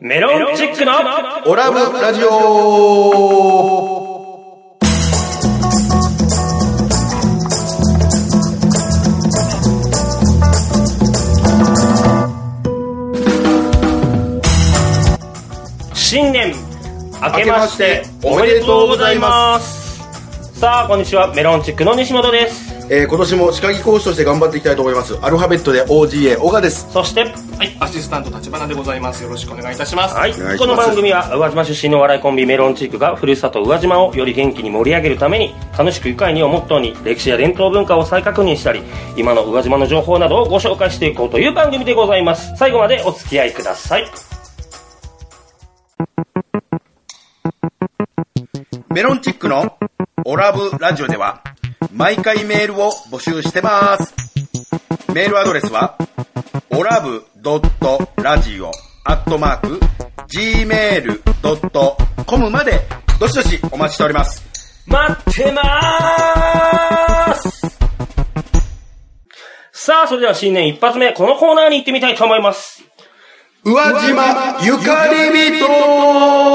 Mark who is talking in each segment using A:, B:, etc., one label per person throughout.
A: メロンチックの
B: オラブラジオ
A: 新年明け
B: け
A: ま
B: ま
A: し
B: してて
A: お
B: お
A: め
B: め
A: で
B: で
A: と
B: と
A: う
B: う
A: ご
B: ご
A: ざ
B: ざ
A: い
B: い
A: ま
B: ます
A: さあこんにちはメロンチックの西本です
B: えー、今年も歯科技講師として頑張っていきたいと思います。アルファベットで OGA、オガです。
A: そして
C: はい、アシスタント立花でございます。よろしくお願いいたします。
A: はい
B: お願いします
A: この番組は宇和島出身のお笑いコンビメロンチックがふるさと宇和島をより元気に盛り上げるために楽しく愉快にをモットーに歴史や伝統文化を再確認したり今の宇和島の情報などをご紹介していこうという番組でございます最後までお付き合いください
B: メロンチックのオラブラジオでは、毎回メールを募集してます。メールアドレスは、オラブドットラジオアットマーク、gmail.com まで、どしどしお待ちしております。
A: 待ってまーすさあ、それでは新年一発目、このコーナーに行ってみたいと思います。
B: 宇和島ゆかり人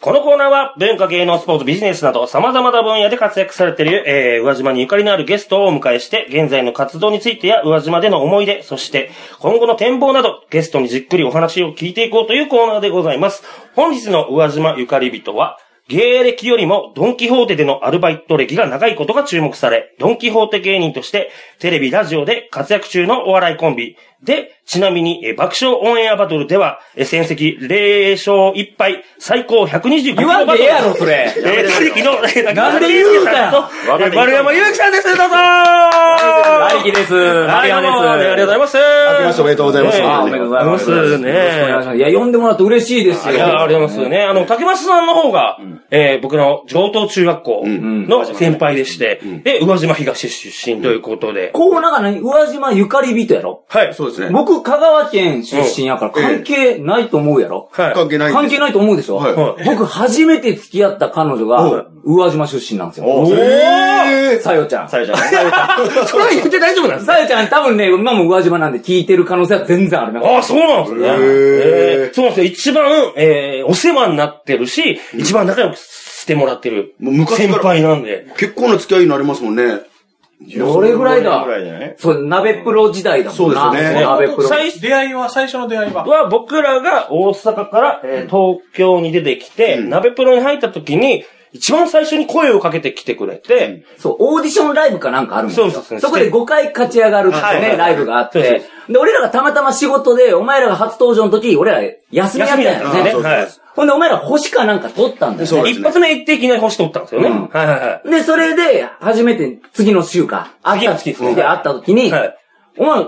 A: このコーナーは文化芸能スポーツビジネスなど様々な分野で活躍されている、えー、宇和島にゆかりのあるゲストをお迎えして、現在の活動についてや宇和島での思い出、そして今後の展望など、ゲストにじっくりお話を聞いていこうというコーナーでございます。本日の宇和島ゆかり人は、芸歴よりもドンキホーテでのアルバイト歴が長いことが注目され、ドンキホーテ芸人としてテレビ、ラジオで活躍中のお笑いコンビ。で、ちなみにえー爆笑オンエアバトルでは、えー戦績0勝1敗、最高125
D: 言わんでええやろ、それ。
A: えー、地域の、えー中
D: なんで言うたん
A: 村圭介さんとえー丸山祐樹さんです、どうぞ
D: 大輝です。
A: は
D: 丸
A: い、どう
D: 山
A: も
D: です。
A: ありがとうござい
D: ま
A: ます。
B: 明けましておめでとうございます
A: ねえ
D: あ
A: あ
D: お
A: り
D: め
A: が
D: で
A: とう
D: とう
A: ご
D: ご
A: ざ
D: ざ
A: いま。
D: いますす。
A: ね
D: よろしくお願いしますいや、呼んでもらうと嬉しいですよ。
A: いやありがとうございますね。あの、竹松さんの方が、えー僕の上東中学校の先輩でして、で、宇和島東出身ということで。
D: こうなんか何宇和島ゆかり人やろ
A: はい。
B: そうですね。
D: 僕、香川県出身やから
B: うん
D: 関係ないと思うやろ
A: はい。
B: 関係ないん
D: 関
B: です
D: 係ないと思うでしょ
B: はい
A: はい
D: 僕、初めて付き合った彼女が、宇和島出身なんですよ。
A: おー
B: えー
D: さよちゃん。さよちゃん。
A: それは言って大丈夫なんですか
D: さよちゃん、多分ね、今も宇和島なんで聞いてる可能性は全然あるね。
A: ああ、そうなんですね。
B: へー
A: えーそうなんですよ。一番、えーお世話になってるし、一番仲良くしてもらってる。
B: もう昔
A: 先
B: から
A: 輩なんで。
B: 結構な付き合いになりますもんね。
D: どれぐらいだ
E: どれぐらいじゃない
D: そう、鍋プロ時代だもんな。
B: そうですよね
D: 鍋プロ。
A: 最
C: 出会いは、最初の出会いは、
A: は僕らが大阪から、えー東京に出てきて、鍋プロに入った時に、一番最初に声をかけてきてくれて、
D: そう、オーディションライブかなんかあるんですよ。
A: そうそうそう
D: こで5回勝ち上がるっていうね、
A: はい
D: ライブがあっ
A: そうそう
D: て。で、俺らがたまたま仕事で、お前らが初登場の時、俺ら休みやっ
A: 休
D: たん
A: みだ
D: や
A: ったんで
D: ろ
A: す
D: ね。
A: ね。
B: そうそうそう
A: はい。
D: ほんで、お前ら星かなんか取ったんだよ
B: そう
D: ね。
B: ですね
A: 一発目行っていきなり星取ったんですよね。
D: うん
A: はいはいはい。
D: で、それで、初めて次の週か、会った
A: 次
D: 時、
A: の月
D: 次会った時に
A: はい、
D: お前、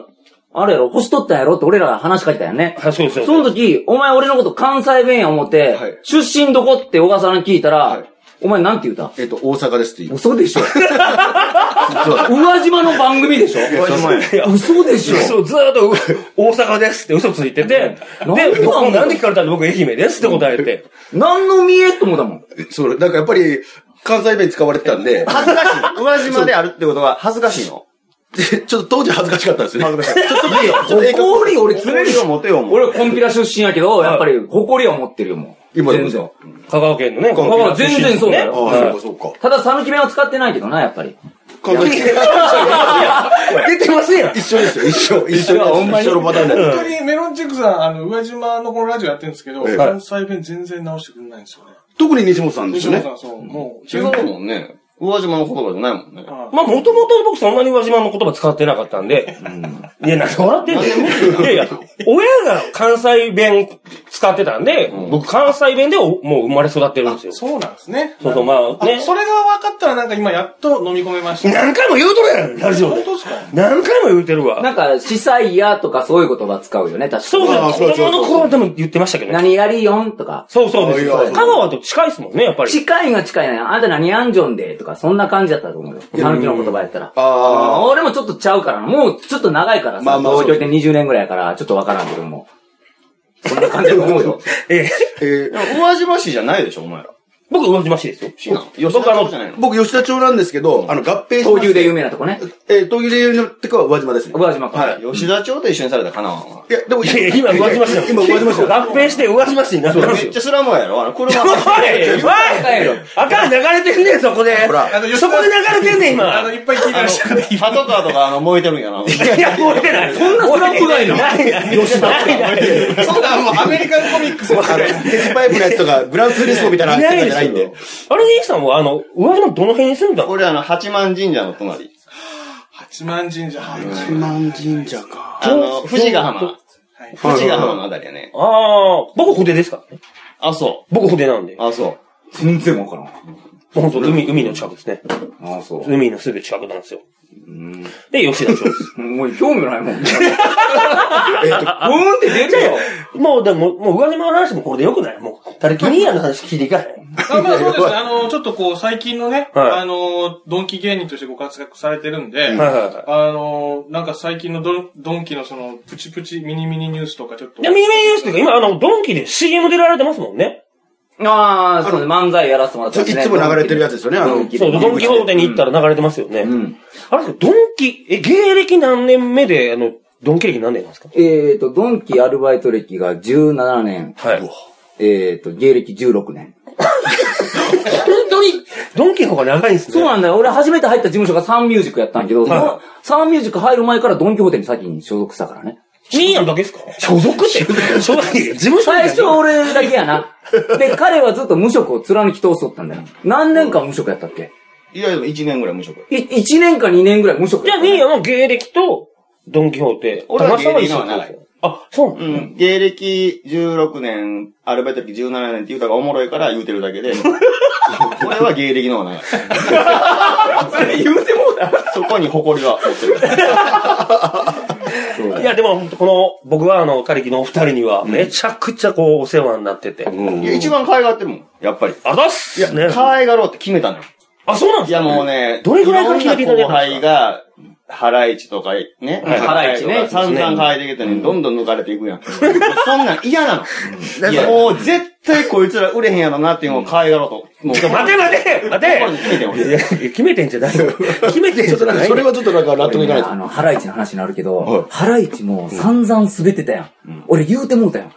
D: あれやろ、星取ったやろって俺らが話しかけたよね。
A: はいそうですよ
D: その時、お前俺のこと関西弁や思って
B: はい、
D: 出身どこって小笠原に聞いたら
B: い、
D: お前なんて言うた
B: えっと、大阪ですって言う。
D: 嘘で しょ
B: 実は
D: 宇和島の番組でしょ嘘でしょ
A: そう、ずーっとう、大阪ですって嘘ついてて、
D: なん
A: で、
D: で
A: 僕もなんで聞かれたんで僕愛媛ですって答えて、
D: 何の見えって思ったもん。
B: そう、なんかやっぱり、関西弁使われてたんで、
E: 恥ずかしい。宇和島であるってことは恥ずかしいの。
B: ちょっと当時恥ずかしかったんですね。
E: 恥ずかし い。ちょっと
D: 誇り俺詰める
E: よ、
D: よ。
E: 持てよ、もう。
D: 俺コンピラ出身やけど、やっぱり誇りは持ってるよ、もう。
B: 今で
D: 全
B: も
D: 然。
A: 香川県のね、
B: 川
D: まあ全然そうだ
B: あ
D: よ。
B: あ、そうかそうか。
D: ただ、讃岐弁は使ってないけどな、やっぱり。
B: 関西弁
A: 出てますやん。
B: 一緒ですよ、一緒。一緒
D: いやほんまに
B: 一緒のパターンだよ。
C: 本当にメロンチックさん、あの、宇和島のこのラジオやってるんですけど、
B: ええ
C: 関西弁全然直してくれないんですよね。
B: 特に西本さんです
C: 西
B: よ
C: 本
B: ね
C: さ。ん、そう、もう、
E: 違うもんね。宇和島の言葉じゃないもんね。
C: あ
A: まあ、もともと僕そんなに宇和島の言葉使ってなかったんで、いや、なんで笑ってんのいやいや、親が関西弁使ってたんで、僕関西弁でおもう生まれ育ってるんですよ。そ
C: そうなんですね。
A: うそう、まあ
C: あ
A: ね。
C: それが分かったらなんか今やっと飲み込めました。
A: 何回も言うとるやん、ラジオ
C: 本
A: で。
C: 当ですか
A: 何回も言うてるわ。
D: なんか、司祭やとかそういう言葉使うよね、確か
A: そう
D: に。
B: まあ
A: そう、
B: そう
A: 子
B: そう
A: 供の頃はでも言ってましたけどね。
D: 何やりよんとか。
A: そうそうです。
B: あいや
A: 香川と近いですもんね、やっぱり。
D: 近いが近いね。あんた何やんじょんでとか、そんな感じだったと思うよ。讃岐の言葉やったら。
B: ああ。
D: 俺もちょっとちゃうからなもうちょっと長いからさ、
B: まあまあ
D: 東京行って20年ぐらいやから、ちょっとわからんけども。そんな感じだと思うよ。
A: ええ
B: えー
E: でも宇和島市じゃないでしょ、お前ら。
A: 僕、宇和島市ですよ。
E: 市なの吉
A: 僕
E: 田
A: あの
E: 町じゃないの
B: 僕、吉田町なんですけど、あの、合併し
D: 闘
B: ま
D: 牛
B: して
D: で有名なとこね。
B: えー、東京で言うてかは宇和島ですね。
D: 宇和島か
B: はい。
E: 吉田町と一緒にされたかなわ
B: いや、でも、
A: いやいや今、宇和島市だよ。
B: 今、宇和島市だよ。
A: 合併して宇和島市になったん
E: は。
A: で
E: め
A: す
E: っ
A: よ
E: ち。ゃスラムやろあの、車
A: おい
D: 帰ろ
A: おいあかん、流れてんねん、そこで。
B: ほら
C: あの吉田
A: そこで流れてんねん、
C: あ
A: 今。
C: の、いっぱい聞いてらっしゃる方いっぱい
E: パトカーとかあの、燃えてるんやな。
A: いや、燃えてない。そんなスランプないの吉田。ないない
C: そんな、もうアメリカンコミックスみ
B: あ
C: たい
B: の、鉄パイプのやつとか、グランツーリスコみたいなやつじゃないんで。
A: あれ、兄さんは、あの、宇和島どの辺に住んだの
E: 俺あの、八幡神社の隣。
C: 八幡神社。はいはい
B: 八幡神社か。
E: あの、富士ヶ浜。
C: はい
E: 富士ヶ浜のあたりやね。
A: ああ、僕筆ですからね。
E: あ、そ
A: 僕筆なんで
E: う。。あ、そ
D: 全然わからん。
A: 本当海、海の近くですね。
D: ああ、そう。
A: 海のすぐ近くなんですよ。で、吉田町です。
D: もう興味ないもん。えっと、ブーンって出るよ。
A: もう、でも、もう、上島の話もこれでよくないもう、誰君にやの話聞いていかない。
C: あまあそうですね。あの、ちょっとこう、最近のね、
A: はい
C: あの、ドンキ芸人としてご活躍されてるんで、
A: はいはいはい
C: あの、なんか最近のドンドンキのその、プチプチミニミニニュースとかちょっと。
A: いや、ミニミニニュースっていうか、今、あの、ドンキで CM 出られてますもんね。
D: ああ、そうね。漫才やらせてもらった
B: いつも流れてるやつですよね、あの、
A: そう、ドンキホーテに行ったら流れてますよね。あれ、ドンキ、え、芸歴何年目で、あの、ドンキ歴何年なんですか
D: えっと、ドンキアルバイト歴が17年。
A: はい。本
D: えっと、芸歴16年。
A: 当に、ドンキの方が長いんですね。
D: そうなんだよ。俺初めて入った事務所がサンミュージックやったんやけど、そ
A: は
D: のサンミュージック入る前からドンキホーテに先に所属したからね。
A: ミーヤンだけですか所属って、所属事務所
D: 最
A: みたい
D: 初
A: な
D: 俺だけやな。で、彼はずっと無職を貫き通しとったんだよ。何年間無職やったっけ
E: う。いや、でも1年ぐらい無職。
D: い、1年か2年ぐらい無職
A: じゃあ、ミーヤンは芸歴と、ドンキホーテ。
E: 俺は芸歴
A: た
E: の方
A: またま
E: が
A: 一
E: 長い
A: 緒ですよあ、そうなんだ
E: うん。 芸歴16年、アルバイト歴17年って言うたがおもろいから言うてる だけで、俺は芸歴の方が長い。
A: 言うてもうた。
E: そこに誇りは持ってる。
A: いや、でも、この、僕は、あの、カリキのお二人には、めちゃくちゃ、こう、お世話になってて。
E: いや、一番可愛がってるもん、やっぱり。
A: あざっすね。
E: 可愛がろうって決めたのよ。
A: あ、そうなんで
E: い
A: すか
E: や、もうね、
A: どれぐらいから決めていただい
E: ろ
A: た
E: ん
A: ん
E: な
A: ですか
E: 後輩が、ハライチとか、ね。
A: はい
E: ハライチ
D: ハライ
E: ね。
D: チ
E: 散々可愛いできたのに、どんどん抜かれていくやん。そんなん嫌なの。いや、もう絶対こいつら売れへんやろなっていうのを可愛がろうと。もう、
A: 待て待て待
E: 心に決めて俺
A: ていや決めてんじゃないよ決めてんじゃない
B: それはちょっとなんか納得いかない
D: あの、ハライチの話になるけ
E: はい
D: ど、ハライチも散々滑ってたやん。俺言うてもうたやん。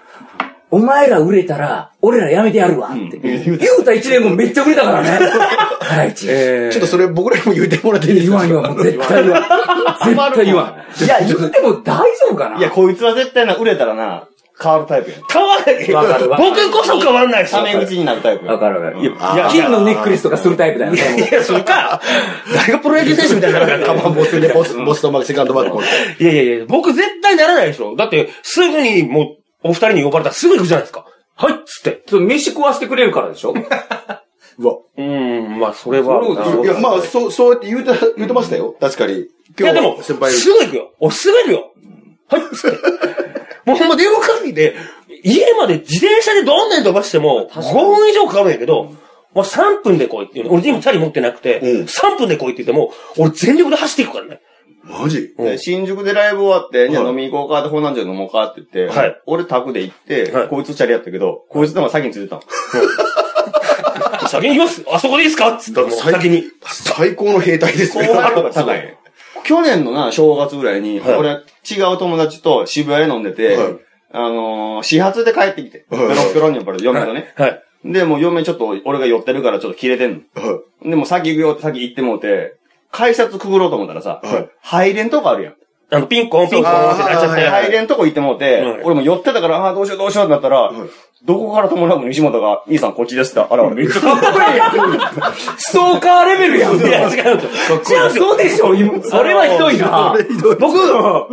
D: お前ら売れたら、俺らやめてやるわって。言うた1年後めっちゃ売れたからね。ハライチ。
A: えー
B: ちょっとそれ僕らにも言ってもらっていいです
D: 言
B: か
D: わん言わん、もう絶対言わん。絶対言わん。いや、言うても大丈夫かない
E: や、こいつは絶対な、売れたらな、変わるタイプやん。
A: 変わらない
D: わかるわかる
A: 僕こそ変わんないっす
E: タ
A: よ。
E: メ口になるタイプやん
D: わかるわか
E: いや
D: る。金のネックレスとかするタイプだよね。
A: いや、それか、誰がプロ野球選手みたいにな るか
B: カ
A: ら。
B: バン持ってね、ボス、ボストンバック、セカンドバック持って。
A: いやいやいや、僕絶対ならないでしょ。だって、すぐにもう、お二人に呼ばれたらすぐ行くじゃないですか。はいっつって。
D: そう飯食わしてくれるからでしょ
B: うわ。
A: うーん、まあ、それは。
D: そうです
B: いや、まあ、そう、そうやって言うて、言うてましたよ。確かに。
A: いや、でも、す
B: 先
A: ぐ
B: 輩
A: 行くよ。俺すぐ行くよ。はいっつって。もうほんま電話かけて、家まで自転車でどんどん飛ばしても、5分以上かかるんやけど、もう3分で来いっていうの。俺今チャリ持ってなくて、
B: うん
A: 3分で来いって言っても、俺全力で走っていくからね。
B: マジ
E: で新宿でライブ終わって、じゃあ飲み行こうかって、ほんなんじゃ飲もうかって言って、
A: はい
E: 俺宅で行って、
A: はい
E: こいつチャリやったけど、こいつの方が先についてたの。
A: 先に行きますあそこでいいですかっつって、もう先に。。
B: 最高の兵隊ですね。
E: 後輩とか高い。 去年のな、正月ぐらいに、
A: はい
E: 俺、違う友達と渋谷で飲んでて、
B: はい
E: あのー、始発で帰ってきて、ペ
B: はいはい
E: ロッペロにやっぱり嫁とね。
A: はい。
E: で、もう嫁ちょっと、俺が寄ってるからちょっと切れてん
B: は
E: の。でもう先行くよって先行ってもうて、改札くぐろうと思ったらさ、
B: はい
E: 入れんとこあるやん。
A: あの、ピンコン、ピンコンってなっちゃっ
B: はい
A: て。
B: はい
E: 入れんとこ行ってもうて、
A: はい
E: 俺も寄ってたから、ああー、どうしようどうしようってなったら、
B: はい
E: どこからともなく西本が、兄さんこっちですって、あら、めっちゃ
D: かっこええやん。ストーカーレベルやん。
A: いや、違うんですよ。違うんですよ。
D: そうでしょ今それはひどいな。
A: 僕、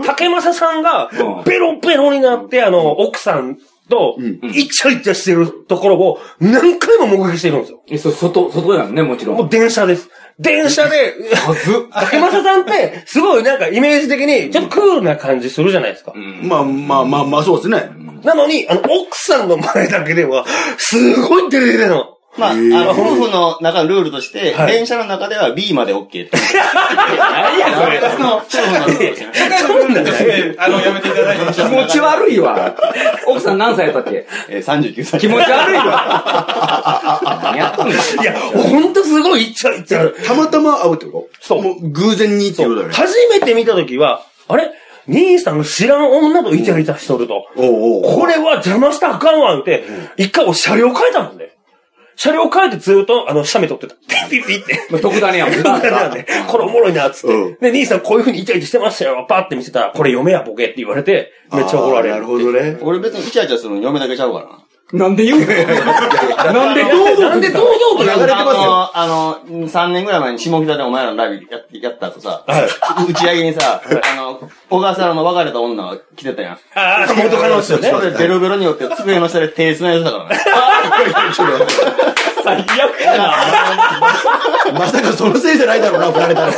A: 竹正さんが、ベロベロになって、あの、奥さんと、イチャイチャしてるところを、何回も目撃してるんですよ。
D: え、そ、外、外やんね、もちろ
A: も
D: ん。
A: う電車です。電車で、 竹正さんって、すごいなんかイメージ的に、ちょっとクールな感じするじゃないですか。
B: まあまあまあまあ、そうですね。
A: なのに、あの、奥さんの前だけでは、すごいデレデレなの。
E: まあ、あの、夫婦の中のルールとして、
A: はい
E: 電車の中では B まで OK っ て。
A: 何やそれ。
C: あの、
E: そうなん ですよね
C: 社会のルールとして、あの、やめていただいてもいいです
D: 気
C: か
D: 持ち悪いわ。奥さん何歳やったっけ
E: えー、39歳。
D: 気持ち悪いわ。
E: 何やっとんねん。
A: いや、ほんとすごい、いっちゃう、いっちゃう。
F: たまたま会うってこと
A: そう
F: もう偶然にっ
A: そ
F: てことだ
A: う
F: よね。
A: 初めて見たときは、あれ兄さん知らん女とイチャイチャしとると。
F: おうおう
A: これは邪魔したらあかんわ、って、一回俺車両変えたもんね。車両変えてずーっと、あの、写メ撮ってた。ピッピッピッって。
D: まあ、特ダネやもん
A: なんかなんで これおもろいな、つっ
F: うん
A: て。で、兄さんこういう風にイチャイチャしてましたよ。パって見せたら、これ嫁やボケって言われて、めっちゃ怒られ
F: あーな
A: る
F: る。ほどね。
E: 俺別にイチャイチャするの嫁だけちゃうからな。
D: なんで言うのなんで堂々と。
A: なんで堂々とや
E: あ
A: る
E: の、あの、3年ぐらい前に下北でお前らのライブややった後さ、打ち上げにさ、あの、小笠原の別れた女が来てたやん。
A: ああ、元カノですよね。
E: それでベロベロによって机の下で手繋いでたからね。
A: 最悪やな。
F: まさかそのせいじゃないだろうな、振られたら。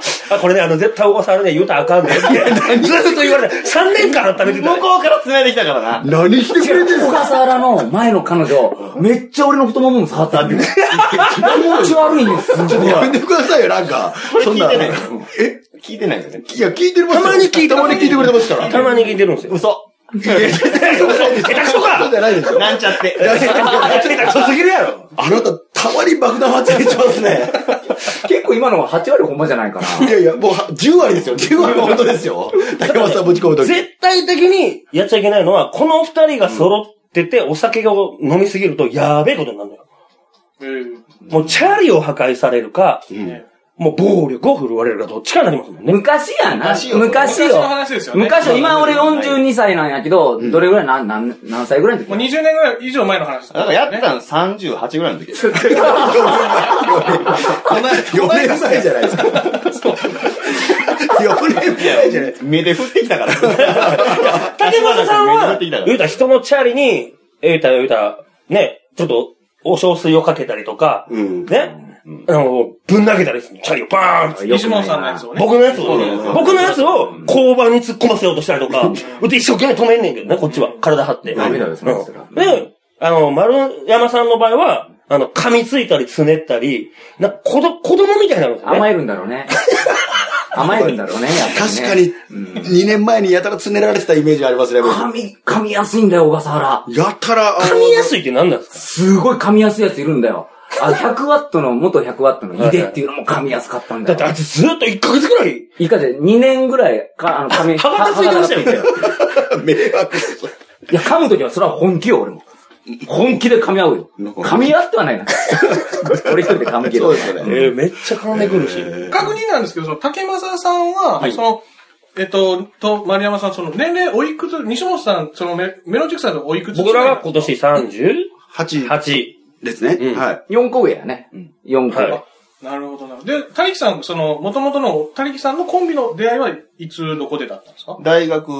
A: あ、これね、あの、絶対小笠原ね、言うたらあかんねんって。ずっと言われて、3年間温めてた
E: 向。こうから繋いできたからな。
F: 何してくれてん
D: 小
F: の
D: 笠原の前の彼女、めっちゃ俺の太ももも触ったんで。気持ち悪いんです、すごい
F: や。めてくださいよ、なんか。そんな。
E: 聞いてない
F: え
E: 聞いてないよね。
F: いや、聞いてますよ
A: たまに聞いて
F: たまに聞いてくれてますから。
A: たまに聞いてるんですよ。
E: 嘘。
A: 下手くそ
F: そう
A: か
F: じゃないですよ。
E: なんちゃって。
A: 下手くそすぎるやろ
F: あなた、たまに爆弾発言しますね。
D: 結構今のは8割ほんまじゃないかな。
F: いやいや、もうは10割ですよ。10割も本当です よ。竹山さんぶち込むとき。
A: 絶対的にやっちゃいけないのは、この二人が揃ってて、お酒を飲みすぎると、やべえことになるのよ。
C: えー
A: もう、チャリを破壊されるか、
C: ね
A: もう、暴力を振るわれるか、どっちかになりますもんね。
D: 昔やな。
E: 昔
D: 昔
E: よ昔
D: よ。昔
C: の話ですよね
D: よ今俺42歳なんやけど、どれぐらい、なん、なん、何歳ぐらいの
C: もう
D: 時
C: 20年ぐらい以上前の話だ
E: だからやってたの38ぐらいの時。
F: 4年前じゃないですか。4年前じゃないですか。
E: 目で降ってきたから。竹
A: 竹本さんは、
E: 目で降って
A: 言う
E: き
A: たら人のチャリに、言うたら言うたら、ね、ちょっと、お小水をかけたりとか、
F: ん
A: ね、あの、ぶん投げたりする。チャリをバーンって。
C: 西本さんのやつをね。
A: 僕のやつを、僕のやつを交番に突っ込ませようとしたりと か、うち一生懸命止めんねんけどね、こっちは。体張って。
D: ダメだよそれはそれは
A: うんで、あの、丸山さんの場合は、あの、噛みついたり、つねったり、なんか子ど、子供みたいになるんですよね。
D: 甘えるんだろうね。甘えるんだろうね、やっぱり、
F: 確
D: ね。
F: かに、2年前にやたらつねられてたイメージありますね、僕
D: 噛み、噛みやすいんだよ、小笠原。
F: やたら、あ
A: 噛みやすいって何なんですか
D: すごい噛みやすいやついるんだよ。あ、100ワットの、元100ワットのヒデっていうのも噛みやすかったんだ
A: だってあ
D: よ
A: い。つずっと1ヶ月くらい、
D: いいかで2年ぐらい、か、あの、噛み、
A: 歯型ついてました
D: 歯
A: よ
D: が。
F: の、迷惑。
D: いや、噛むときはそれは本気よ、俺も。本気で噛み合うよ。噛み合ってはないな。俺一人で噛むけど。
F: そうですよ
A: え
F: ね。
A: ーめっちゃ絡んでくるし。
C: 確認なんですけど、その竹正さんは、その、えっと、と、丸山さん、その年齢おいくつ、西本さん、そのメメロチックさんのおいくつ
A: 僕らは今年38
F: 8ですね。
A: うん
F: はい。
D: 4個上やね。4個
A: は
D: 上
A: い。
C: なるほどな。で、たりきさん、その、元々の、たりきさんのコンビの出会いはいつ、どこでだったんですか
E: た。大学、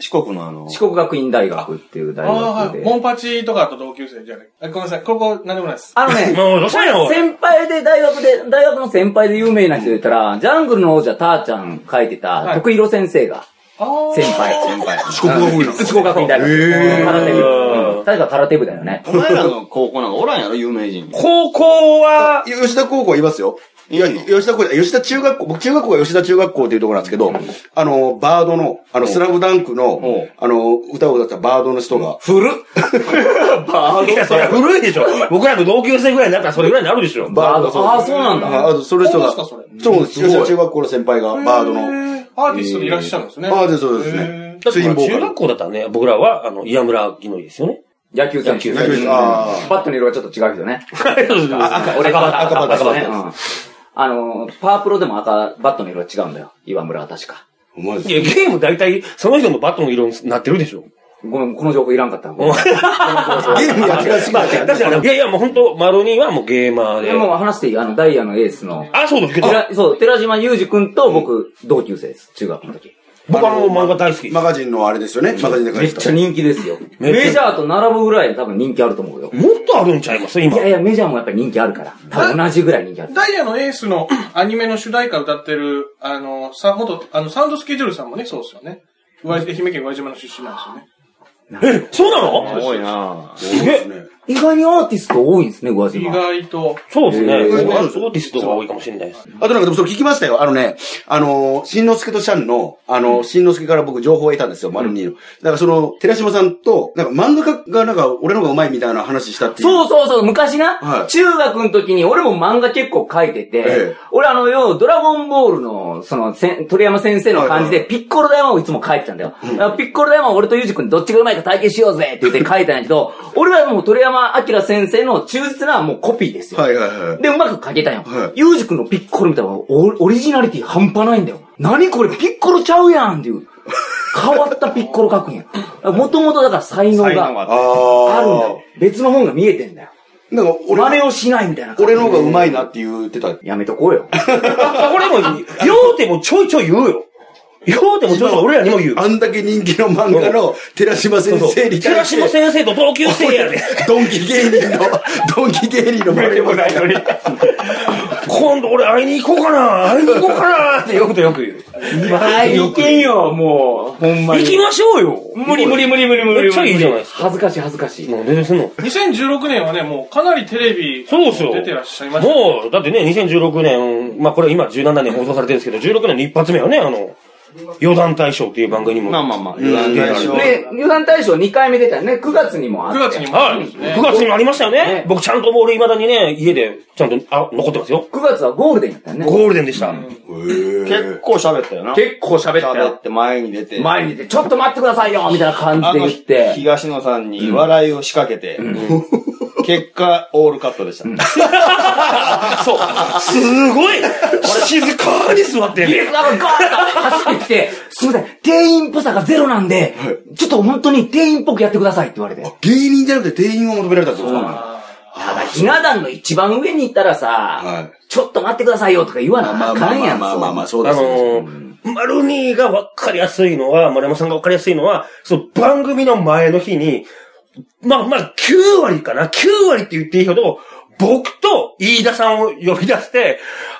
E: 四国のあの、
D: 四国学院大学っていう大
C: ああ
D: 学
C: ー、はい。
D: で。
C: モンパチとかと同級生じゃない。あごめんなさい、ここ、なんでもないです。
D: あのね、
A: もうどうしたんやおい
D: 先輩で、大学で、大学の先輩で有名な人で言ったら、ジャングルの王者ターちゃん書いてた、
C: はい
D: 徳弘先生が、
C: あー
D: 先輩。
E: 先輩。
F: 四国語部なの
D: 四国学院大学。
F: へー
D: 空手部。うん確か空手部だよね。
E: お前らの高校なんかおらんやろ、有名人。
A: 高校は、
F: 吉田高校いますよ。いや、吉田高校、吉田中学校、僕中学校が吉田中学校っていうところなんですけど、あの、バードの、あの、スラムダンクの、あの、歌を歌ったバードの人が、
D: 古っ
A: いや、それは古いでしょ。僕らの同級生ぐらいになったらそれぐらいになるでしょ。
F: バード
D: ああ、そうなんだ。
F: ああ、その人が、
C: 本当ですかそれ
F: そうです。吉田中学校の先輩が、バードの、
C: へーアーティストでいらっしゃるんですね。
F: えーアーティストですね
C: へ
A: だって
F: ツインボーカ
A: 中
F: ル
A: 学校だったらね、僕らは、あの、岩村義則ですよね。
D: 野球選手。
A: 野球
F: 選手あー
D: バットの色がちょっと違うけどね。
A: 赤
D: 俺
A: バッター
D: 赤バッ
F: 赤
D: ト
F: バ
D: ね。
F: ッ
D: う
F: タ
D: んあの、パワープロでも赤バットの色は違うんだよ。岩村は確か。
F: お前です
A: いや、ゲーム大体、その人のバットの色になってるでしょ。
D: ごめん、この情報いらんかった。
A: お前
F: ゲームやって らしい
A: まあ、確かに、いやいや、もう本当マロニーはもうゲーマー
D: で
A: で。
D: も話していいあの、ダイヤのエースの。
A: あ、そうだけど、
D: 寺そう、寺島裕二君と僕、同級生です。中学の時。
A: 僕あの、漫画大好き。
F: マガジンのあれですよね。マガジンで書い
D: めってちゃ
F: た。
D: 人気ですよ。
A: めっちゃ
D: メジャーと並ぶぐらい多分人気あると思うよ。
A: もっとあるんちゃいます
D: い
A: 今。
D: やいや、メジャーもやっぱり人気あるから。多分同じぐらい人気ある
C: ー。ダイヤのエースの アニメの主題歌歌ってる、あの、さ、元、あの、サウンドスケジュールさんもね、そうですよね。宇和愛媛県宇和島の出身なんですよね。
A: え、そうなの
E: 多いなぁ。
A: すげえ。
D: 意外にアーティスト多いんですね、宇和
C: 意
D: 島。
C: 外と。
A: そうですね。
D: えー
A: アーティストが多いかもしれないです。
F: あとなんかでもそれ聞きましたよ。あのね、あのー、しんのすけとシャンの、あのー、しんのすけから僕情報を得たんですよ、丸二の。だからその、寺島さんと、なんか漫画家がなんか俺の方が上手いみたいな話したっていう。
D: そうそうそう、昔な、
F: はい
D: 中学の時に俺も漫画結構書いてて、
F: ええ
D: 俺あの、要はドラゴンボールの、その、せん鳥山先生の感じ
F: は
D: で、ピッコロ大魔王をいつも書いてたんだよ。だからピッコロ大魔王俺とユージ君どっちが上手いか対決しようぜって言って書いてたんだけど、俺はもう鳥山明先生の忠実なもうコピーですよ。
F: はいはいはい。
D: で、うまく書けたんよ
F: はい。
D: ユージ君のピッコロみたいなのオオリジナリティ半端ないんだよ。何これピッコロちゃうやんっていう。変わったピッコロ書くんや。もともとだから才能
E: 才能が
D: が
E: あっ
F: ああ。
D: あるんだよ。。別の本が見えてんだよ。
F: なんか俺、
D: 真似をしないみたいな。
F: 俺の方が上手いなって言ってた。
D: やめとこうよ。
A: 俺も、ようてもちょいちょい言うよ。ようてもちょいちょい俺らにも言う。
F: あんだけ人気の漫画の寺島先生に
A: 寺
F: 対
A: 島
F: し
A: 先
F: て、
A: 生と同級生やで。
F: ドンキ芸人の、ドンキ芸人の真似をした
A: のに。今度俺会いに行こうかな、会いに行こうかなってよくとよく言う。
D: はい、いけんよ、もう。ほんま
A: 行き
D: に。
A: ましょうよ。
D: 無理無理無理無理無理無理。
A: めっちゃいいじゃないですか。
D: 恥ずかしい恥ずかしい。
A: もう全然すんの。
C: 2016年はね、もうかなりテレビ、
A: そうですよ。
C: 出てらっしゃいましたね。
A: もう、だってね、2016年、まあこれ今17年放送されてるんですけど、16年の一発目はね、あの、余談大賞っていう番組にも。
E: まあまあまあ、余談大賞。
D: で、油断大賞2回目出たよね。9月にもあっ
C: 9
D: て。
C: 月にもあ
A: は
C: るん
A: い。
C: ですね。
A: 9月にもありましたよね
D: ね。
A: 僕ちゃんとボール未だにね、家でちゃんと、あ、残ってます よ。
D: 9月はゴールデンやったよね。
A: ゴールデンでした。
E: 結構喋ったよな。
D: 結構喋った
E: 喋っ
D: よ。
E: て前に出て。
D: 前に出て、ちょっと待ってくださいよみたいな感
E: あ
D: じで
E: の
D: 言って。
E: 東野さんに笑いを仕掛けて、結果、オールカットでした。
A: そう。すご い静かに座ってんね
D: なんかガーッと走ってきて、すいません、店員っぽさがゼロなんで、ちょっと本当に店員っぽくやってくださいって言われて。
F: 芸人じゃなくて店員を求められたってこと
D: ただ、ひな壇の一番上に行ったらさ、
F: はい
D: ちょっと待ってくださいよとか言わなあかんやん。そ
F: そう
A: あのー、マルニーがわかりやすいのは、丸山さんがわかりやすいのは、その番組の前の日に、まあまあ、9割かな ?9 割って言っていいほど、僕と飯田さんを呼び出して、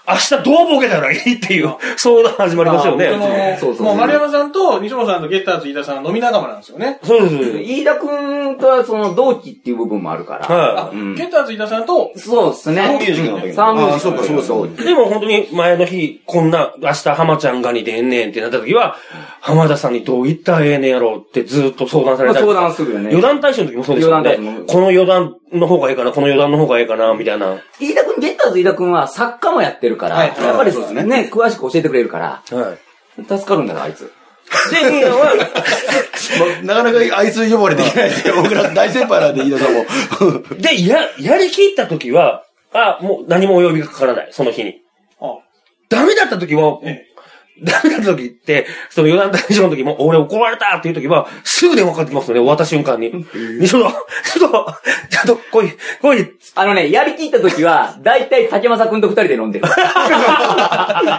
A: 明日どうボケたらいいっていう、相談始まりますよ
C: その
A: ね。
D: そうそう
C: もう丸山さんと西本さんとゲッターズ飯田さんは飲み仲間なんですよね。
A: そうですそう
D: う
A: で
D: 飯田くんとはその同期っていう部分もあるから。
A: す。は
C: あ、ゲッターズ飯田さんと、
D: そうですね。
E: ミュージックの時
D: サンミュ
F: あ
D: ー
F: あ、
D: ジッ
F: そ
D: ク
F: うか、そうか、そうか。
A: い。でも本当に前の日、こんな、明日浜ちゃんがに出んねんってなった時は、浜田さんにどう言ったらええねんやろうってずっと相談され
D: まあ
A: たりと
D: 相
A: か
D: 談するよね。
A: 余談対象の時もそうですよね
D: 余談対象。も
A: この余談の方がいいかな、この余談の方がいいかな、みたいな。
D: 飯田くん、ゲッターズ飯田くんは作家もやってるから、
C: はい
D: やっぱり
F: そうです
D: ね
F: ね
D: 詳しく教えてくれるから、
A: はい。
D: 助かるんだよ、あいつ。
A: で、ニーナは、
F: まあなかなか愛想呼ばれできないですけど僕ら大先輩なんで、飯田さんも。
A: で、や、やりきった時は、あ、もう何もお呼びがかからない、その日に。
C: あ
A: ダメだった時も
C: ええ、
A: ダメだった時って、その余談対象の時も、俺怒られたっていう時は、すぐ電話かかってきますよね、終わった瞬間に。西本、ちょっと、ちょっと来い、来い、
D: あのね、やりきった時は、だいたい竹正くんと二人で飲んでる。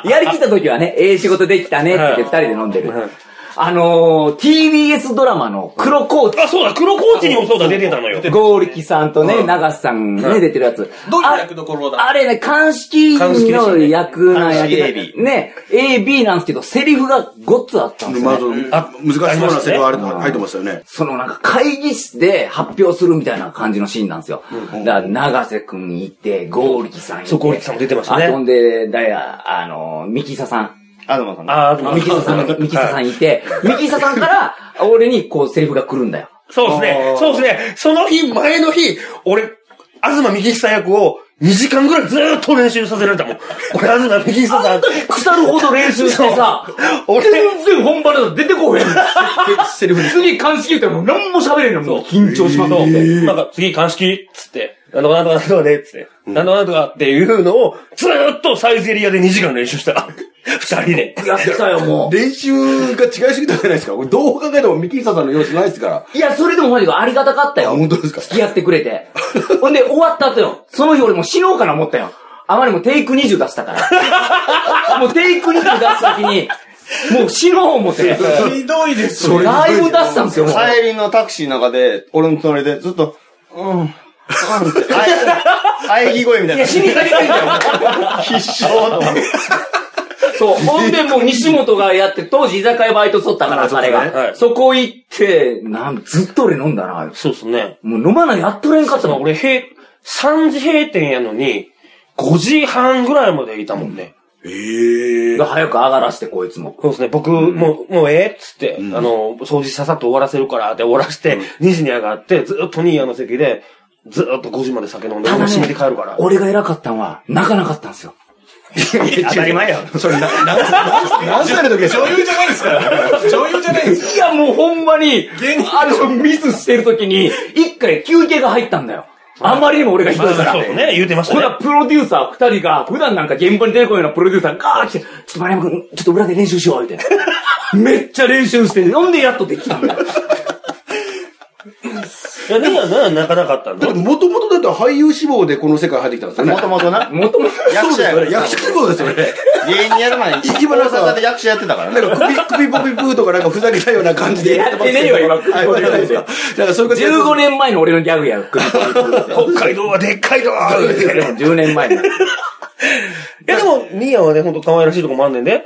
D: やりきった時はね、ええ仕事できたねって言って二人で飲んでる
A: はい。
D: あのー、TBS ドラマの黒コーチ、
A: あ、そうだ、黒コーチにもそうだ、出てたのよ。
D: ゴーリキさんとね、長瀬さんね、出てるやつ。
C: どういう役どころだ
D: あれね、鑑識の役なんや
E: 鑑
D: け
E: 識
D: ど、ね、AB なんですけど、セリフがごっつあったんですよ
F: まあ
D: ね。
F: その
A: あ
F: 難しそうなセリフあるの入ってましたよね。
D: そのなんか会議室で発表するみたいな感じのシーンなんですよ。だから、長瀬くんいて、ゴーリキさんいて。
A: そうゴーリキさんも出てましたね
D: あとほんで、だや、あの、ミキサさん。
E: あのまさんね。
A: あ
D: ミキサさん、ミキサさんいて、ミキサさんから、俺にこうセリフが来るんだよ。
A: そうですね。そうですね。その日、前の日、俺、東幹久役を2時間ぐらいずーっと練習させられたもん。俺、東幹久さん。
D: 腐るほど練習してさ、
A: 俺
D: 全然本番だと出てこへん。セリフ次鑑識言ったらもう何も喋れんのもう緊張しまくって。
A: なんか、次、鑑識っつって、なんとかなんとかなんとかねっつって、なんとかなんとかっていうのを、ずーっとサイゼリアで2時間練習した。 二人で。
D: やってたよ、もう。
F: 練習が違いすぎたじゃないですか。これどう考えてもミキーサさんの様子ないですから。
D: いや、それでもマジでありがたかったよ。
F: あ本当ですか
D: 付き合ってくれて。ほんで、終わった後よ。その日俺もう死のうかな思ったよ。あまりにもテイク20出した から。もうテイク20出すときに、もう死のう思って。
C: ひどいですね。
D: だいぶ出したんですよ、もう。
E: 帰りのタクシーの中で、俺の隣でずっと、うん、うんって、 あえぎ声みたいな。必勝と思って。
D: そう。ほんでもう西本がやって、当時居酒屋バイトしとったから、彼
A: そうですねは
D: が。
A: い
D: そこ行って、なん、ずっと俺飲んだな。
A: そうですね。
D: もう飲まないやっとれんかった
A: まあ
D: もん、俺。
A: 俺、閉、3時閉店やのに、5時半ぐらいまでいたもんね。
D: が早く上がらして、こいつも。
A: そうですね。僕、もう、もうええっつって、あの、掃除ささっと終わらせるからって終わらして、2時に上がって、ずっとニーヤの席で、ずっと5時まで酒飲んで、
D: ただね
A: 楽しみで帰るから。
D: 俺が偉かったんは、泣かなかったんですよ。
A: 当たり前 や。
F: それな、な何歳の時でしょ
C: 女優じゃないですから。女優じゃないんですよ。
D: いや、もうほんまに、あの、ミスしてる時に、一回休憩が入ったんだよ。あまりにも俺がひどいから。
A: そうそうね、言うてまし
D: ほ
A: た
D: ら、
A: ね。
D: プロデューサー二人が、普段なんか現場に出てこないようなプロデューサーがガーッて来て、ちょっと丸山くん、ちょっと裏で練習しよう、みたいな。めっちゃ練習して、なんでやっとできたんだよ。
A: いや、ニーヤな、泣かなかったんだ。
F: もともとだと俳優志望でこの世界入ってきたんですよね。
E: もともとな。
D: もともと、
E: 役者や
F: そ
E: か
F: うです
E: ら
F: 役者志望ですよね。
E: 芸人やる前に、
F: 今なんか
E: 大阪で役者やってたからね。
F: なんか首、首ボビブーとかなんかふざけたような感じでますけど
D: やってねえわ今
F: はいやってないですか。なんかそういうことやってます
D: 15年前の俺のギャグや、クリッ
A: 北海道はでっかいぞー
D: プ。でも10年前の。
A: いやでも、ニーヤはね、ほんと可愛らしいとこもあんねんね。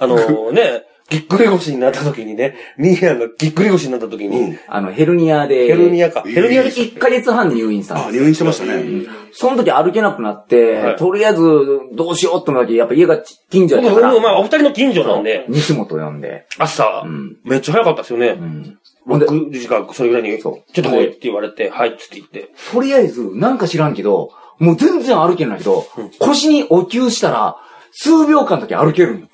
A: あのー、ね、ぎっくり腰になった時にね、ニーヤがぎっくり腰になった時に、
D: あの、ヘルニアで。
A: ヘルニアか。ヘルニアで
D: 1ヶ月半入院したんです
F: あ、入院してましたね。
D: その時歩けなくなって、
A: はい
D: とりあえずどうしようってなって、やっぱ家が近所やったから、
A: 僕、まあ、お二人の近所なんで、
D: 西本呼んで、
A: 朝、
D: ん
A: めっちゃ早かったですよね。
D: んほんで
A: 6時か、それぐらいに、ちょ
D: そ
A: っ
D: う
A: と来いって言われて、はいっつって言っ て。
D: とりあえずなんか知らんけど、もう全然歩けないけど、腰にお灸したら、数秒間だけ歩け るの。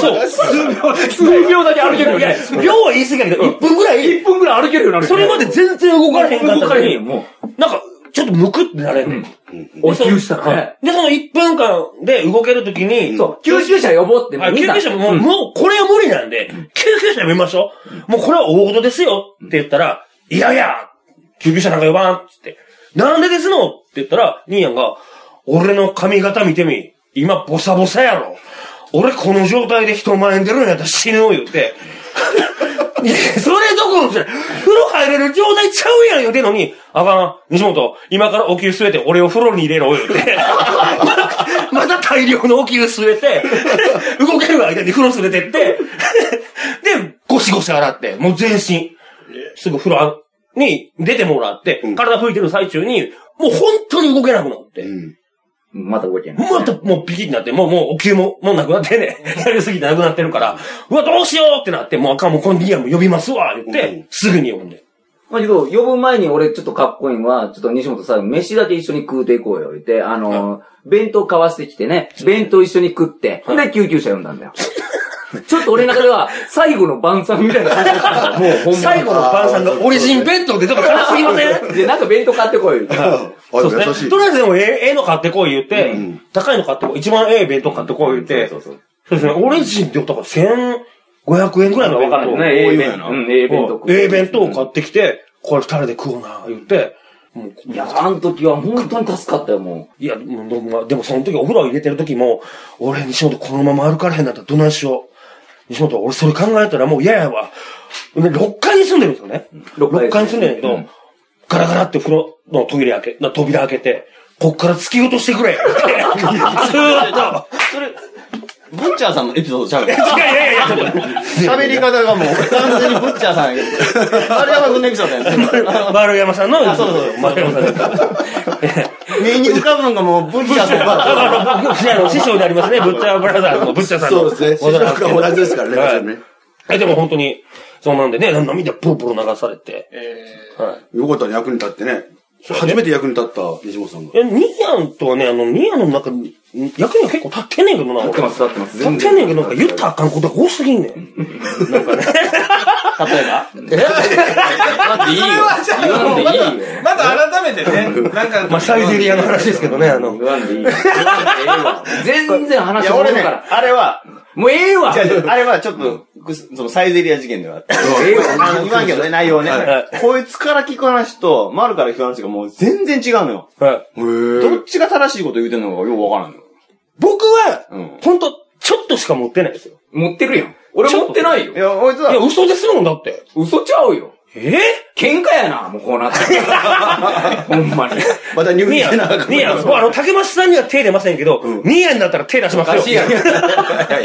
A: そう。
D: 数秒だけ歩けるよ
A: いや
D: ね。、
A: 秒は言い過ぎだけど、1分ぐらい、
D: 1分ぐらい歩けるようになるよ
A: そ
D: ね
A: れまで全然動かれへんかった
D: 動
A: の
D: かれへんよ、
A: に、
D: も
A: なんか、ちょっとむくってなれんねん。
D: う。お灸したらね。
A: で、その1分間で動けるときに、
D: そう、救急車呼ぼうって
A: あ救急車も、もう、もうこれは無理なんで、救急車呼びましょう。もうこれは大事ですよって言ったら、いやいや、救急車なんか呼ばんっつって。なんでですのって言ったら、兄やんが、俺の髪型見てみ。今、ボサボサやろ。俺この状態で人前に出るんやったら死ぬよ言って。 いや、それどころじゃない、風呂入れる状態ちゃうやん言うてんのに、あかん、西本、今からお灸据えて俺を風呂に入れろ言うて。 また大量のお灸据えて、 動ける間に風呂連れてって、 で、ゴシゴシ洗って、もう全身、すぐ風呂に出てもらって、体拭いてる最中に、もう本当に動けなくなって。
D: まだ動けない。
A: もっともうピキになって、もうもうお給も、もうなくなってね、 やりすぎてなくなってるから、うわ、どうしようってなって、もうあかん、もうコンビニアも呼びますわ、言って、すぐに呼んで。
D: まあけど、呼ぶ前に俺ちょっとかっこいいのは、ちょっと西本さん、飯だけ一緒に食うていこうよ、言って、あのー、弁当買わしてきてね、弁当一緒に食って、ほんで救急車呼んだんだよ。ちょっと俺の中では、最後の晩餐みたいな感じだった もうほんまに
A: 最後の晩さんがオリジン弁当でちょっと辛すぎません
D: で、なんか弁当買ってこいよ。
F: あ、
A: そうで
F: でも優
A: す
F: し
A: ね。
F: い
A: と。りあえずでもええ、ええの買ってこい言って、高いの買ってこい、一番ええ弁当買ってこい言って、
D: そうそうそう。
A: そうですね、オレンジって言ったから1500円くらいの
D: わかんないね。
E: こうい
D: ええ
E: うのや
D: 弁
E: な
D: 当。うん、ええ弁当食う。
A: ええ弁当を買ってきて、これ二人で食おうな、言って、もう
D: いや、あの時は本当に助かったよ、も
A: いや、もうでも、でもその時お風呂入れてる時も、俺、西本このまま歩かれへんなったらどないしよう。西本、俺それ考えたらもう嫌やわ。ね、6階に住んでるんですよね。
D: 六階
A: 6階に住んでるんだけど、
D: うん
A: ガラガラって風呂のトイレ開け、な扉開けて、こっから突き落としてくれ。ずーっと。
E: それ、ブッチャーさんのエピソードちゃうよ
A: いやいやいや、ちょっと
E: 喋り方がもう完全にブッチャーさんやけど。丸山君のエピソードやね。
A: 丸山さんの、
E: あそうそうそう
A: 丸山さんの。
E: 目に浮かぶのがもうブッチャーさんばっか
A: あの僕あの師匠でありますね、ブッチャーブラザーズのブッチャーさんの。
F: そうですね。師匠が同じですからね
A: はい
F: 私ね。
A: え、でも本当に、そうなんでね、涙ポロポロ流されて。
C: え
A: はい。
F: よかったね、役に立ってね。初めて役に立った西本さんが。
A: え、ニヤンとはね、あの、ニヤンの中に、役には結構立ってんねんけどな、俺。立って
D: ます立ってます
A: 立ってんねんけど、なんか言ったらあかんことが多すぎんねん。なんかね。
E: り。例えばだっていいよ。
C: じゃあ、
D: 言わんでいいよ
C: また、また改めてね、なんか、
A: まあ、サイゼリアの話ですけどね、あの。
D: う。言わんでいいよ。言わんでええ わ全然
E: い
D: 話
E: や、
D: 戻
E: 俺
D: る
E: ね、
D: から。
E: あれは、
D: もうええわ
E: 違う違うあれはちょっと、くすそのサイゼリア事件ではあった。
D: ええわ
E: あの、言わんけどね、内容ね。こいつから聞く話と、丸から聞く話がもう全然違うのよ。
A: はい。
E: どっちが正しいこと言うてんのかよくわからんのよ。
A: 僕
E: うん
A: は、ほんと、ちょっとしか持ってないですよ。
D: 持ってるやん。俺持ってないよ
E: い。や、こいつ
A: いや、
E: は、
A: 嘘ですもんだって。
D: 嘘ちゃうよ。
A: え
D: 喧嘩やな、もうこうな って。ほんまに。
F: また入
A: ニ
F: 院
A: ヤ
F: してなあかん、
A: ニヤ、そうあの、竹松さんには手出ませんけど、ニヤになったら手出しますよ。
D: いやい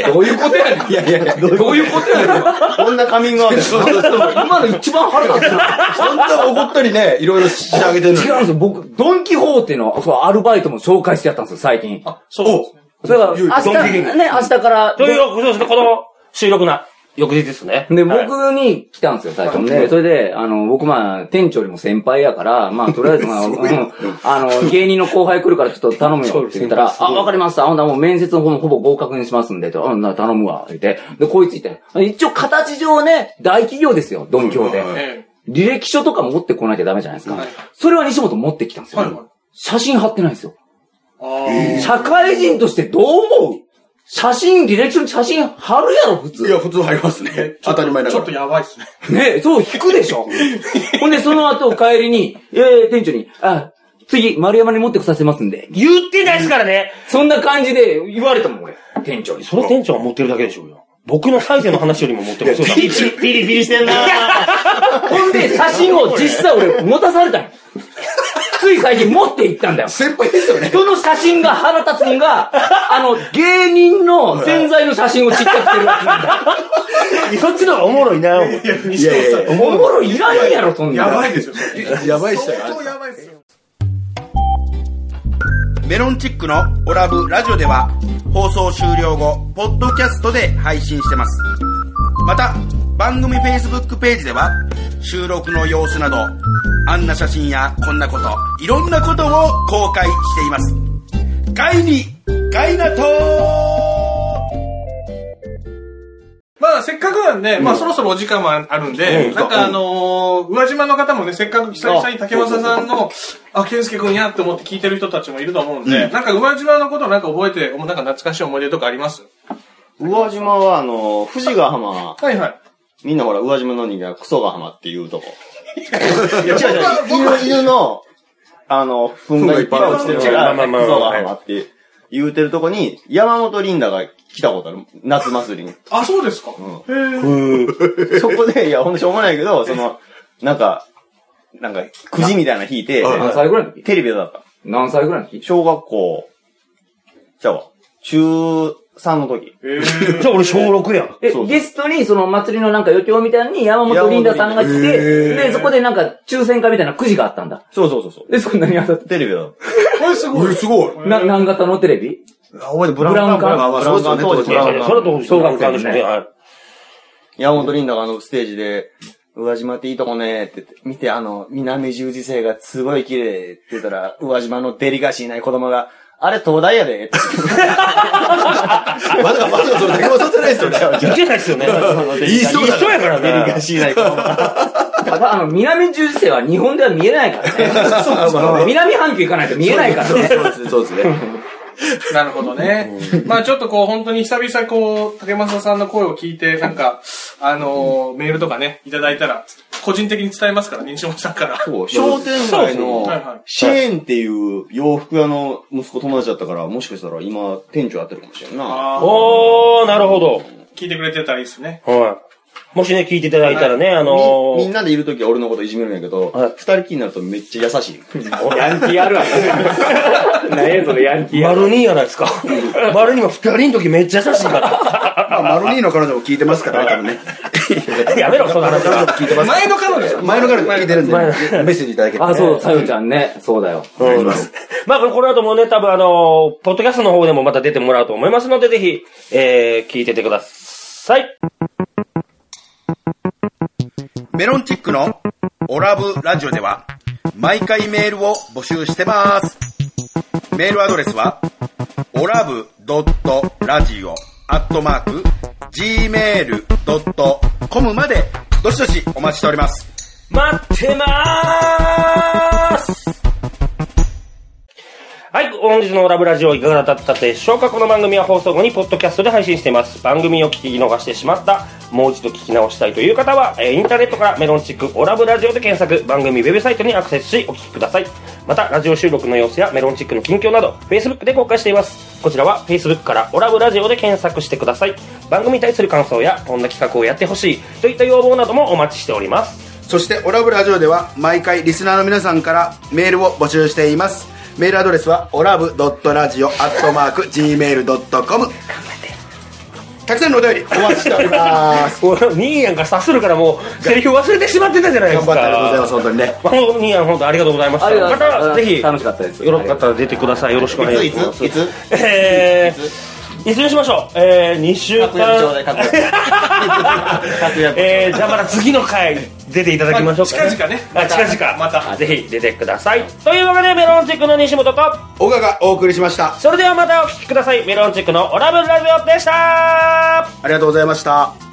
D: やどういうことやねん。いやいやどういうことやねん。
E: こんなカミングアウト。
F: そうそうそう。
D: 今の一番腹立つな。
F: そんな怒ったりね、いろいろしてあげてるのに
D: 違うんですよ。僕、ドン・キホーテの、そう、アルバイトも紹介してやったんですよ、最近。
C: あ、そうですね。
D: それから、明
A: ドンキ
D: 日、ね、明日から。
A: という、そうですね、この収録な翌日ですね。
D: で、
A: はい
D: 僕に来たんですよ、最初。で、それで、あの、僕まあ、店長よりも先輩やから、まあ、とり あえずまあ、うんあの、芸人の後輩来るからちょっと頼むよって言ったら、あ、わかりました。ほんならもう面接の方もほぼ合格にしますんで、と、うん、な頼むわ、言って。で、こいついて。一応、形上ね、大企業ですよ、ドンキョー
F: うん
D: で。
C: え
D: 履歴書とか持ってこなきゃダメじゃないですか
C: はい。
D: それは西本持ってきたんで
C: え。
D: す
C: はいはい
D: よ。。写真貼ってないんですよ。
C: あ
D: 社会人としてどう思う写真、履歴書に写真貼るやろ、普
F: い
D: 通。
F: や、普通入りま すね。当たり前
C: あ。
F: だ
C: ち
F: か
C: ょっと
F: ら。
C: やばいっすね。
D: ねそう、引くでしょ。ほんで、その後、帰りに、えー、店長に、あ、次、丸山に持ってこさせますんで。
A: 言ってないですからね。
D: そんな感じで言われたもん、俺。店長に。
A: その店長は持ってるだけでしょうよ。僕のサイズの話よりも持ってますよ。
E: ピリピリピリしてんな
D: ほんで、写真を実際俺、持たされたんよ。つい最近持って行ったんだよ。
F: 先輩ですよね。
D: その写真が腹立つのが、あの、芸人の潜在の写真をちっちゃくしてるやつなんだ よ
A: そっちの方がおもろいな、思って
F: いやいやい
D: おもろいらんやろ、そんなん。
C: やばいですよ。
F: や、やばいっしょ。
C: 相当やばいっすよ。
B: メロンチックのオラブラジオでは放送終了後、ポッドキャストで配信してます。また、番組 Facebook ページでは収録の様子など、あんな写真やこんなこと、いろんなことを公開しています。ガイに、ガイナトー
C: まあ、せっかくなんで、まあ、そろそろお時間もあるんで、なんかあのー、宇和島の方もね、せっかく久々に竹正さんの、あ、健介くんやって思って聞いてる人たちもいると思うんで、なんか宇和島のことなんか覚えて、おもなんか懐かしい思い出とかあります
E: 宇和島は、あの、富士ヶ浜。
C: はいはい。
E: みんなほら、宇和島の人間はクソヶ浜っていうとこ。
C: いや、
E: 違う違う、犬、犬の、あの、糞がいっぱい落ちてるから、
A: まあ
E: ク
A: まあまあ
E: ソヶ浜って言うてるとこに、山本リンダが来たことある。夏祭りに。
C: あ、そうですか。へ え。
E: そこで、いや、ほんとしょうもないけど、その、なんか、なんか、くじみたいなの引いて、
D: 何歳ぐらいの時
E: テレビだった。
D: 何歳ぐらいの時
E: 小学校、じゃあ、中3の時。
C: へえ。
A: じゃあ俺小6やん。
D: え
E: そうそう
D: ゲストにその祭りのなんか余興みたいに山本リンダさんが来て
F: 山本リ、ンダ
D: で、そこでなんか抽選会みたいなくじがあったんだ。
E: そうそうそうそう。
D: で、そんなに当たっ
E: テレビだった。
C: これすごい。
F: すごい。
D: た。な、何型のテレビ
F: あ、覚えてブ
D: ラウン管
F: まあ、そうですよね、当時
A: いやいやそれはどうしよう。
D: 小学生のね
A: ね。はい
E: 山本リンダがあのステージで、宇和島っていいとこねって言って、見てあの、南十字星がすごい綺麗って言ったら、宇和島のデリカシーない子供が、あれ東大やでって
F: まだまだそれ竹本さんじゃないですよね。
A: いけないっすよね。一緒一緒やから
E: デリカ
A: ね。
E: シーない子供が。
D: ただ、あの、南十字星は日本では見えないからね。南半球行かないと見えないからね。
F: そうですね、そうですね。
C: なるほどね。まあちょっとこう本当に久々こう、竹正さんの声を聞いて、なんか、あのー、メールとかね、いただいたら、個人的に伝えますから、西本さんから。
E: 商店街の
C: はいはい、
E: シェーンっていう洋服屋の息子友達だったから、もしかしたら今、店長やってるかもしれんな。
C: あー
A: おー、なるほど。
C: 聞いてくれてたらいいですね。
A: はい。もしね、聞いていただいたらね、あの
E: みみん
A: ー、
E: なでいるときは俺のこといじめるんやけど、二人きりになるとめっちゃ優しい。
D: ヤンキーあるわ。何やそれヤンキ
A: 丸2やないですか。 丸2も2人の時めっちゃ優しい か
F: まあ、マロニーの彼女も聞いてますからね、多分ね。
A: ら。やめろ、その話
F: 彼女
A: は。
F: も聞いてます。
C: 前の彼女ですよ
F: 前の彼女も聞いてるんで、メッセージいただけたら
D: あ、
F: ね
D: そう、さよちゃんね。そうだよ。
A: うんまあ、この後もね、多分あのー、ポッドキャストの方でもまた出てもらうと思いますので、ぜひ、えー、聞いててください。
B: メロンチックのオラブラジオでは毎回メールを募集してます。メールアドレスはオラブドットラジオアットマーク gmail.com までどしどしお待ちしております。
A: 待ってまーすはい、本日のラブラジオいかがだったでしょうかこの番組は放送後にポッドキャストで配信しています。番組を聞き逃してしまった、もう一度聞き直したいという方は、えーインターネットからメロンチックオラブラジオで検索、番組ウェブサイトにアクセスしお聞きください。また、ラジオ収録の様子やメロンチックの近況など、Facebook で公開しています。こちらは Facebook からオラブラジオで検索してください。番組に対する感想や、こんな企画をやってほしいといった要望などもお待ちしております。
F: そして、オラブラジオでは、毎回リスナーの皆さんからメールを募集しています。メールアドレスは、オラブドットラジオアットマーク Gmail.com。たくさんのお便り、お待ちしてお ります。
A: 俺、ニーヤンが察するからもう、セリフ忘れてしまってたじゃないで
F: 頑
A: す
F: 張
A: か。
F: ってありがとうございます、本当にね。
A: あのニーヤン、本当ありがとうございまし
D: ありが
A: た。
D: とうございます
A: また、ぜひ、
D: 楽しかったです
A: よろしかったら出てください。よろしくお願いします。
G: いついつ
A: えー、いつにしましょう。えー、2週間
G: 確。約ちょうだい確約確約
A: えー、じゃあまた次の回出ていただきましょうか、
C: まあ近々ね
A: あ近々
C: また
A: ぜひ出てくださいというわけでメロンチックの西本と
F: オガがお送りしました。
A: それではまたお聴きくださいメロンチックのオラブルラジオでした
F: ありがとうございました。